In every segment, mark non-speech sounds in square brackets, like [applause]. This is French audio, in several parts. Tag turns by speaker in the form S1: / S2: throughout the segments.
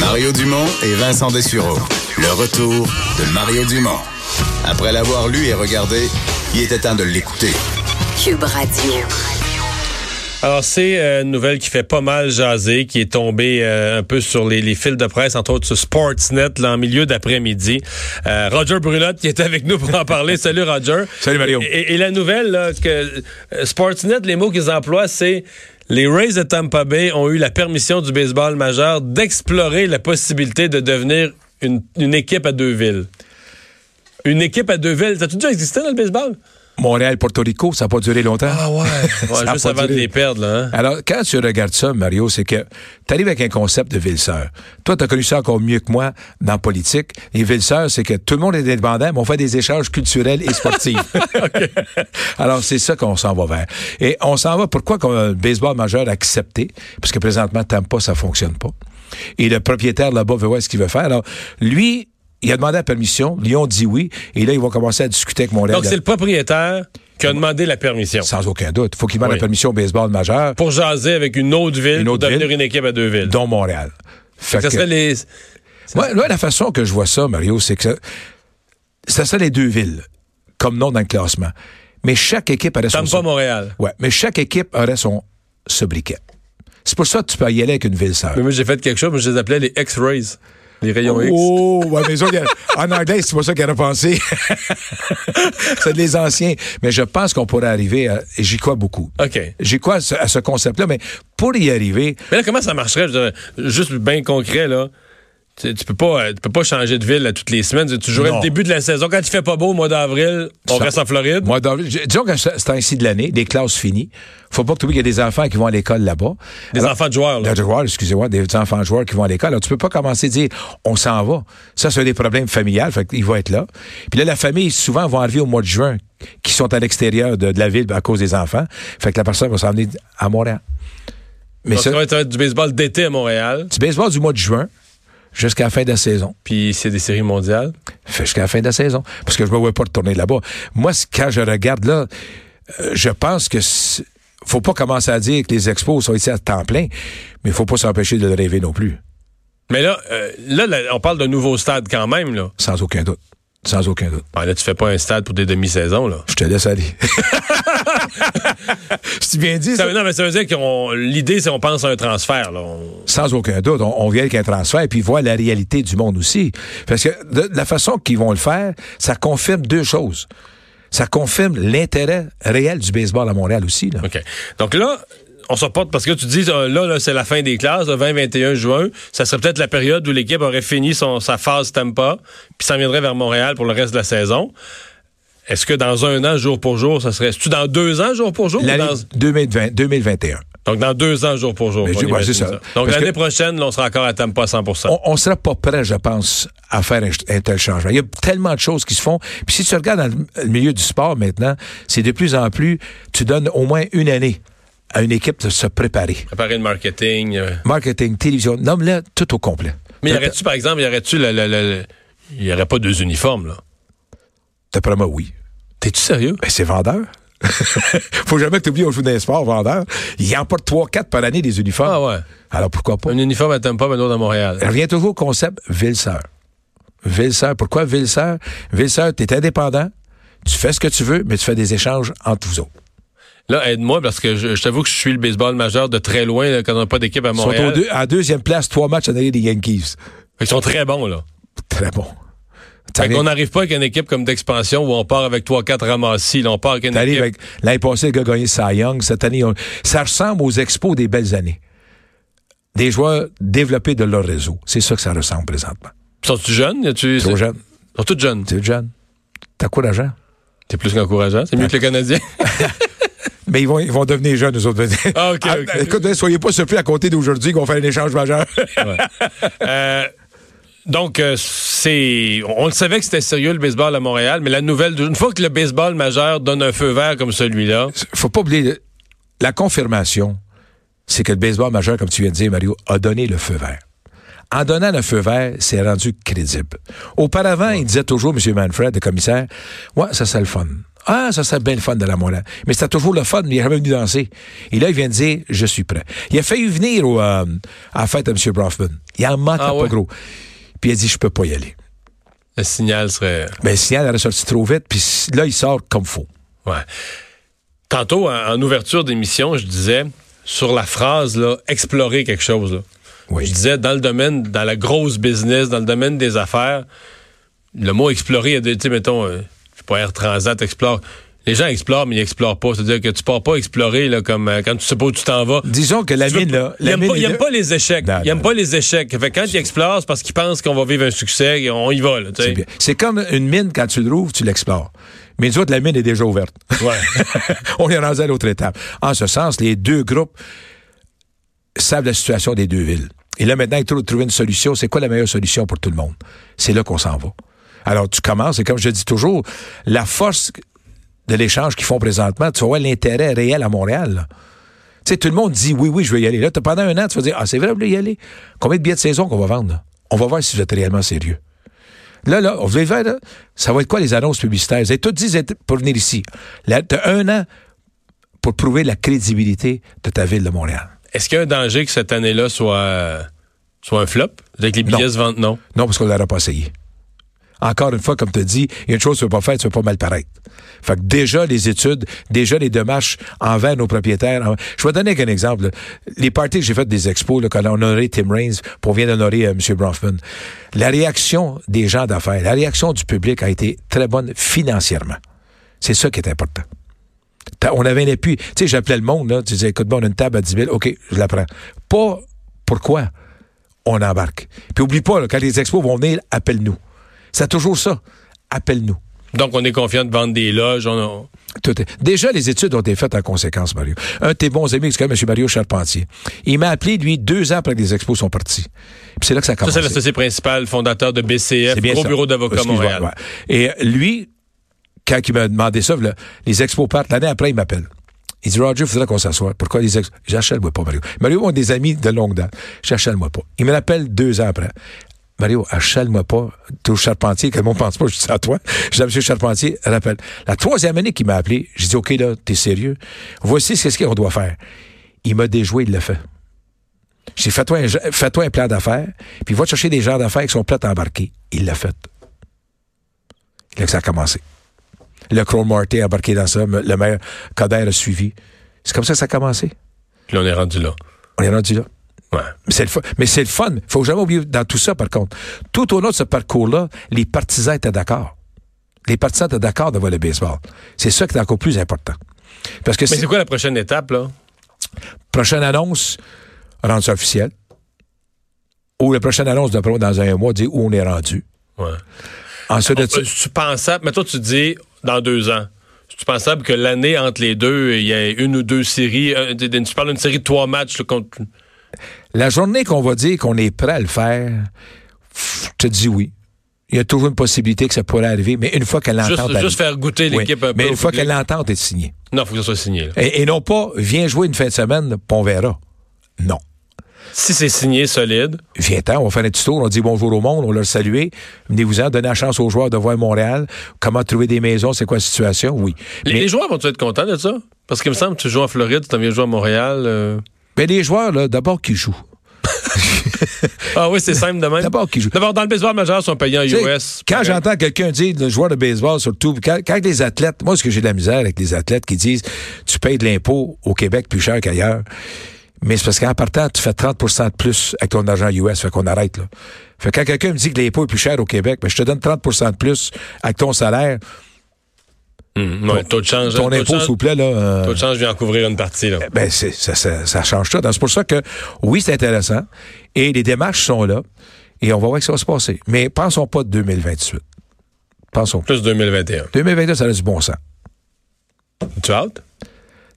S1: Mario Dumont et Vincent Dessureau. Le retour de Mario Dumont. Après l'avoir lu et regardé, il était temps de l'écouter.
S2: Cube Radio.
S3: Alors, c'est euh, une nouvelle qui fait pas mal jaser, qui est tombée euh, un peu sur les, les fils de presse, entre autres sur Sportsnet, là, en milieu d'après-midi. Euh, Roger Brulotte, qui est avec nous pour en
S4: [laughs]
S3: parler. Salut, Roger.
S4: Salut, Mario.
S3: Et, et la nouvelle, là, que euh, Sportsnet, les mots qu'ils emploient, c'est les Rays de Tampa Bay ont eu la permission du baseball majeur d'explorer la possibilité de devenir une, une équipe à deux villes. Une équipe à deux villes, ça a déjà existé dans le baseball?
S4: Montréal-Porto Rico, ça n'a pas duré longtemps.
S3: Ah ouais,
S4: Ça a
S3: juste
S4: pas
S3: avant de
S4: duré.
S3: les perdre, là. hein?
S4: Alors, quand tu regardes ça, Mario, c'est que tu arrives avec un concept de ville-sœur. Toi, tu as connu ça encore mieux que moi dans la politique. Et ville-sœur, c'est que tout le monde est indépendant, mais on fait des échanges culturels
S3: [laughs]
S4: et sportifs. [laughs] Alors, c'est ça qu'on s'en va vers. Et on s'en va, pourquoi qu'on a le baseball majeur accepté? Parce que présentement, Tampa, ça fonctionne pas. Et le propriétaire là-bas veut voir ce qu'il veut faire. Alors, lui, il a demandé la permission. Lyon dit oui. Et là, ils vont commencer à discuter avec Montréal.
S3: Donc, c'est le propriétaire qui a demandé la permission
S4: Sans aucun doute. Faut qu'il demande
S3: Oui.
S4: la permission au baseball majeur.
S3: pour jaser avec une autre ville,
S4: Une
S3: pour
S4: autre
S3: devenir
S4: ville.
S3: une équipe à deux villes.
S4: dont Montréal. Fait
S3: ça
S4: que-
S3: serait les...
S4: Ouais, ouais, la façon que je vois ça, Mario, c'est que ça, ça serait les deux villes comme nom dans le classement. Mais chaque équipe aurait son.
S3: Tampa, Montréal.
S4: Ouais, mais chaque équipe aurait son sobriquet. C'est pour ça que tu peux y aller avec une ville sœur.
S3: Mais moi, j'ai fait quelque chose, mais je les appelais les X-Rays. Les rayons X.
S4: Oh, ouais, mais eux autres, ils- en anglais, c'est pas ça qu'elle a pensé. [laughs] c'est des anciens. Mais je pense qu'on pourrait arriver à. et J'y crois beaucoup.
S3: OK. Mais
S4: J'y crois à ce- à ce concept-là, mais pour y arriver,
S3: là, comment ça marcherait? Je dirais, Juste bien concret, là. Tu, tu peux pas, euh, tu peux pas changer de ville là, toutes les semaines. Tu jouerais
S4: Non.
S3: le début de la saison. Quand il fait pas beau au mois d'avril, on
S4: Ça-
S3: reste en Floride.
S4: Moi, dans- j- disons que c'est c'est ainsi de l'année, des classes finies. Faut pas que tu oublies qu'il y a des enfants qui vont à l'école là-bas.
S3: Des
S4: Alors-
S3: enfants de joueurs, là.
S4: Des joueurs, excusez-moi, des enfants joueurs qui vont à l'école. Alors, tu peux pas commencer à dire, on s'en va. Ça, c'est un des problèmes familiales. Fait qu'ils vont être là. Puis là, la famille, souvent, vont arriver au mois de juin, qui sont à l'extérieur de, de la ville à cause des enfants. Fait que la personne va s'en venir à Montréal. Mais
S3: Donc,
S4: ça,
S3: ça va être euh, du baseball d'été à Montréal.
S4: du baseball du mois de juin jusqu'à la fin de la saison.
S3: Puis c'est des séries mondiales.
S4: Fait jusqu'à la fin de la saison. Parce que je ne me vois pas retourner là-bas. Moi, c- quand je regarde là, euh, je pense que c'est- faut pas commencer à dire que les expos sont ici à temps plein, mais faut pas s'empêcher de le rêver non plus,
S3: Mais là, euh, là, là, on parle d'un nouveau stade quand même, là.
S4: sans aucun doute. Sans aucun doute.
S3: Ah, là, tu fais pas un stade pour des demi-saisons, là.
S4: Je te laisse aller. [laughs] C'est bien dit, ça?
S3: Ça- non, mais ça veut dire que l'idée, c'est qu'on pense à un transfert, là. On-
S4: Sans aucun doute. On, on vient avec un transfert, puis voit la réalité du monde aussi. Parce que de, de la façon qu'ils vont le faire, ça confirme deux choses. Ça confirme l'intérêt réel du baseball à Montréal aussi. Là.
S3: OK. Donc là, on se reporte parce que tu dis, euh, là, là, c'est la fin des classes, le 20-21 juin. Ça serait peut-être la période où l'équipe aurait fini son, sa phase Tampa, puis s'en viendrait vers Montréal pour le reste de la saison. Est-ce que dans un an, jour pour jour, ça serait. Est-ce-tu dans deux ans, jour pour jour? ou
S4: L'année
S3: dans-
S4: 2020, 2021.
S3: donc dans deux ans, jour pour jour.
S4: Mais
S3: on
S4: je- ouais,
S3: imagine
S4: c'est ça.
S3: Donc
S4: Parce
S3: l'année
S4: que-
S3: prochaine, là, on sera encore à Tampa à 100
S4: on ne sera pas prêt, je pense, à faire un, un tel changement. Il y a tellement de choses qui se font. Puis si tu regardes dans le- le milieu du sport maintenant, c'est de plus en plus, tu donnes au moins une année à une équipe de se préparer.
S3: Préparer le marketing. euh.
S4: Marketing, télévision, nomme-le tout au complet.
S3: Mais y aurait-tu, par exemple, y aurait-tu le. le- le- le- Y aurait pas deux uniformes, là.
S4: D'après moi, oui.
S3: T'es-tu sérieux?
S4: Ben, c'est vendeur. [laughs] Faut jamais que tu oublies, on joue dans les sports, vendeur. Il emporte trois, quatre par année des uniformes.
S3: Ah ouais.
S4: Alors pourquoi pas?
S3: Un uniforme à Tampa, mais un autre à Montréal.
S4: Reviens toujours au concept ville-sœur. Ville-sœur. Pourquoi ville-sœur? Ville-sœur, tu es indépendant, tu fais ce que tu veux, mais tu fais des échanges entre vous autres.
S3: Là, aide-moi parce que je, je t'avoue que je suis le baseball majeur de très loin là, quand on n'a pas d'équipe à
S4: Ils sont
S3: Montréal.
S4: au deux- en deuxième place, trois matchs en arrière des Yankees.
S3: Fait qu'ils sont très bons, là.
S4: Très bon.
S3: Fait qu'on
S4: T'arrives
S3: n'arrive pas avec une équipe comme d'expansion où on part avec 3-4 ramassis. Là, on part avec une équipe.
S4: t'arrives avec l'année passée, le gars a gagné Cy Young. Cette année, on- ça ressemble aux expos des belles années. Des joueurs développés de leur réseau. C'est ça que ça ressemble présentement.
S3: Sont-tu jeunes? Y a-tu-
S4: Trop jeune.
S3: Sont tous jeunes.
S4: Tu es jeune. T'as quoi d'argent?
S3: T'es plus qu'encourageant. C'est mieux que les
S4: [laughs]
S3: Canadiens.
S4: Mais ils vont, ils vont devenir jeunes, nous autres.
S3: Ah,
S4: [laughs]
S3: ok, ok.
S4: Écoute, ne soyez pas surpris à compter d'aujourd'hui qu'on fait un échange majeur. [laughs]
S3: Euh, donc, euh, c'est. On on le savait que c'était sérieux le baseball à Montréal, mais la nouvelle. de- Une fois que le baseball majeur donne un feu vert comme celui-là,
S4: Faut pas oublier, le- la confirmation, c'est que le baseball majeur, comme tu viens de dire, Mario, a donné le feu vert. En donnant le feu vert, c'est rendu crédible. Auparavant, il disait toujours, M. Manfred, le commissaire, ouais, ça, c'est le fun. Ah, ça serait bien le fun de la morale. Mais c'était toujours le fun, mais il est jamais venu danser. Et là, il vient de dire, je suis prêt. Il a failli venir au, euh, à la fête à M. Brofman. Il en manque
S3: Ah ouais?
S4: pas gros. Puis il a dit, je peux pas y aller.
S3: Le signal serait.
S4: Mais le signal est sorti trop vite, puis là, il sort comme faux.
S3: Ouais. Tantôt, en, en ouverture d'émission, je disais sur la phrase là, explorer quelque chose. là.
S4: Oui.
S3: Je disais dans le domaine, dans la grosse business, dans le domaine des affaires, le mot explorer, il y a des, tu sais, mettons, euh, je sais pas Air Transat explore. Les gens explorent, mais ils explorent pas. C'est-à-dire que tu pars pas explorer là, comme euh, quand tu sais pas où tu t'en vas.
S4: Disons que la
S3: Tu veux-
S4: mine, là.
S3: Il
S4: la
S3: aime
S4: mine
S3: pas,
S4: est
S3: il aime
S4: là.
S3: pas les échecs.
S4: Non,
S3: il aime
S4: non.
S3: pas les échecs. Fait que quand il explore, c'est parce qu'il pense qu'on va vivre un succès et on y va. là, tu sais.
S4: C'est bien. C'est comme une mine, quand tu le rouvres, tu l'explores. Mais nous autres, la mine est déjà ouverte. [laughs]
S3: Ouais.
S4: On est rendu à l'autre étape. En ce sens, les deux groupes savent la situation des deux villes. Et là, maintenant, il faut trouver une solution. C'est quoi la meilleure solution pour tout le monde? C'est là qu'on s'en va. Alors, tu commences, et comme je dis toujours, la force de l'échange qu'ils font présentement, tu vas voir l'intérêt réel à Montréal. là. Tu sais, tout le monde dit oui, oui, je veux y aller. Là, t'as- pendant un an, tu vas dire, ah, c'est vrai, vous voulez y aller. Combien de billets de saison qu'on va vendre? là? On va voir si vous êtes réellement sérieux. Là, là, on va faire, là, ça va être quoi les annonces publicitaires? Vous avez tout dit vous êtes pour venir ici. Là, t'as un an pour prouver la crédibilité de ta ville de Montréal.
S3: Est-ce qu'il y a un danger que cette année-là soit, soit un flop? C'est-à-dire que les billets
S4: Non.
S3: se vendent non.
S4: Non, parce qu'on ne l'aura pas essayé. Encore une fois, comme tu dis, il y a une chose que tu ne veux pas faire, tu ne veux pas mal paraître. Fait que déjà les études, déjà les démarches envers nos propriétaires. en- Je vais donner un exemple. là. Les parties que j'ai faites des expos, là, quand on a honoré Tim Raines, puis on vient d'honorer euh, M. Bronfman, la réaction des gens d'affaires, la réaction du public a été très bonne financièrement. C'est ça qui est important. T'as- On avait un appui. Tu sais, j'appelais le monde, là, tu disais, écoute, bon, on a une table à 10 000, OK, je la prends. Pas pourquoi on embarque. Puis oublie pas, là, quand les expos vont venir, appelle-nous. C'est toujours ça. Appelle-nous.
S3: Donc, on est confiant de vendre des loges. On, on-
S4: Tout est- Déjà, les études ont été faites en conséquence, Mario. Un de tes bons amis, c'est quand même M. Mario Charpentier. Il m'a appelé, lui, deux ans après que les expos sont partis. Puis c'est là que ça a
S3: Ça,
S4: commencé.
S3: c'est l'associé principal, fondateur de BCF,
S4: C'est bien
S3: gros
S4: ça.
S3: bureau d'avocat à
S4: Excuse-moi,
S3: Montréal.
S4: ouais. Et euh, lui, quand il m'a demandé ça, voilà, les expos partent. L'année après, il m'appelle. Il dit, Roger, il faudrait qu'on s'assoie. Pourquoi les expos? J'achète-moi pas, Mario. Mario, on est des amis de longue date. J'achète-moi pas. Il me l'appelle deux ans après. Mario, achète-moi pas. T'es au Charpentier, que le monde pense pas, je dis ça à toi. [laughs] Je dis à M. Charpentier, rappelle. La troisième année qu'il m'a appelé, j'ai dit, OK, là, t'es sérieux. Voici ce qu'on doit faire. Il m'a déjoué, il l'a fait. J'ai dit, fais-toi un, fais-toi un plan d'affaires, puis va chercher des gens d'affaires qui sont prêts à embarquer. Il l'a fait. Là que ça a commencé. Le Crown Marty a embarqué dans ça, m- le maire Coder a suivi. C'est comme ça que ça a commencé.
S3: Puis là, on est rendu là.
S4: On est rendu là.
S3: Ouais.
S4: Mais c'est le fun. Mais c'est le fun. Faut jamais oublier dans tout ça, par contre. Tout au long de ce parcours-là, les partisans étaient d'accord. Les partisans étaient d'accord d'avoir le baseball. C'est ça qui est encore plus important. Parce que
S3: Mais
S4: c'est
S3: c'est quoi la prochaine étape, là?
S4: prochaine annonce, rendre ça officiel. Ou la prochaine annonce de dans un mois, dire où on est rendu.
S3: Ouais.
S4: Ensuite de ça,
S3: Euh, tu pensable, mais toi, tu dis dans deux ans. Tu pensable que l'année entre les deux, il y a une ou deux séries. euh, d- d- tu parles d'une série de trois matchs là, contre.
S4: La journée qu'on va dire qu'on est prêt à le faire, pff, je te dis oui. Il y a toujours une possibilité que ça pourrait arriver, mais une fois qu'elle
S3: Juste,
S4: l'entente
S3: juste faire goûter l'équipe un peu.
S4: Mais
S3: au
S4: une fois
S3: public.
S4: qu'elle l'entente est signée.
S3: Non, faut que ça soit signé. là.
S4: Et, et non pas, viens jouer une fin de semaine, puis on verra. Non.
S3: Si c'est signé solide,
S4: Viens-t'en, on va faire un petit tour, on dit bonjour au monde, on leur salue. Venez-vous-en, donnez la chance aux joueurs de voir Montréal, comment trouver des maisons, c'est quoi la situation, oui.
S3: les,
S4: mais,
S3: les joueurs vont-tu être contents de ça? Parce qu'il me semble que tu joues en Floride, tu t'en viens jouer à Montréal. euh.
S4: mais les joueurs, là, d'abord qui jouent.
S3: Ah oui, c'est simple de même.
S4: D'abord qui jouent.
S3: D'abord, dans le baseball majeur, ils sont payés en
S4: Tu sais,
S3: US.
S4: Quand
S3: Pareil.
S4: j'entends quelqu'un dire, le joueur de baseball, surtout, quand, quand les athlètes, moi, ce que j'ai de la misère avec les athlètes qui disent, tu payes de l'impôt au Québec plus cher qu'ailleurs. Mais c'est parce qu'en partant, tu fais 30 de plus avec ton argent US. Fait qu'on arrête, là. Fait que quand quelqu'un me dit que l'impôt est plus cher au Québec, ben, je te donne 30 de plus avec ton salaire.
S3: Hum, ouais, taux de change.
S4: ton
S3: taux de
S4: impôt,
S3: change-
S4: s'il vous plaît, là. euh,
S3: Taux de change vient en couvrir une partie. Là.
S4: ben, c'est, ça, ça- ça change tout. Donc, C'est pour ça que, oui, c'est intéressant. Et les démarches sont là. Et on va voir que ça va se passer. Mais pensons pas de 2028. Pensons pas.
S3: Plus 2021.
S4: 2022, ça a du bon sens.
S3: Tu as hâte?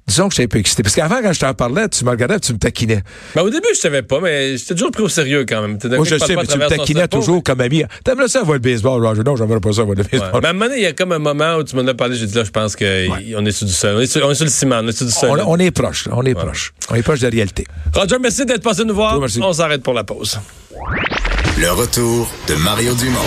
S4: Disons que j'étais un peu excité. Parce qu'avant, quand je t'en parlais, tu me regardais, tu me taquinais.
S3: Ben, au début, je savais pas, mais j'étais toujours pris au sérieux quand même.
S4: Moi, je sais, mais tu me taquinais toujours comme ami. T'aimerais ça voir le baseball, Roger? Non, j'aimerais pas ça voir le baseball.
S3: Mais à un moment donné, il y a comme un moment où tu m'en as parlé, j'ai dit là, je pense qu'on est sur du sol. On est sur, on est sur le ciment, on est sur du sol.
S4: On, on est proche, là. on est proche. On est proche de la réalité.
S3: Roger, merci d'être passé nous voir.
S4: Toi, merci.
S3: On s'arrête pour la pause.
S1: Le retour de Mario Dumont,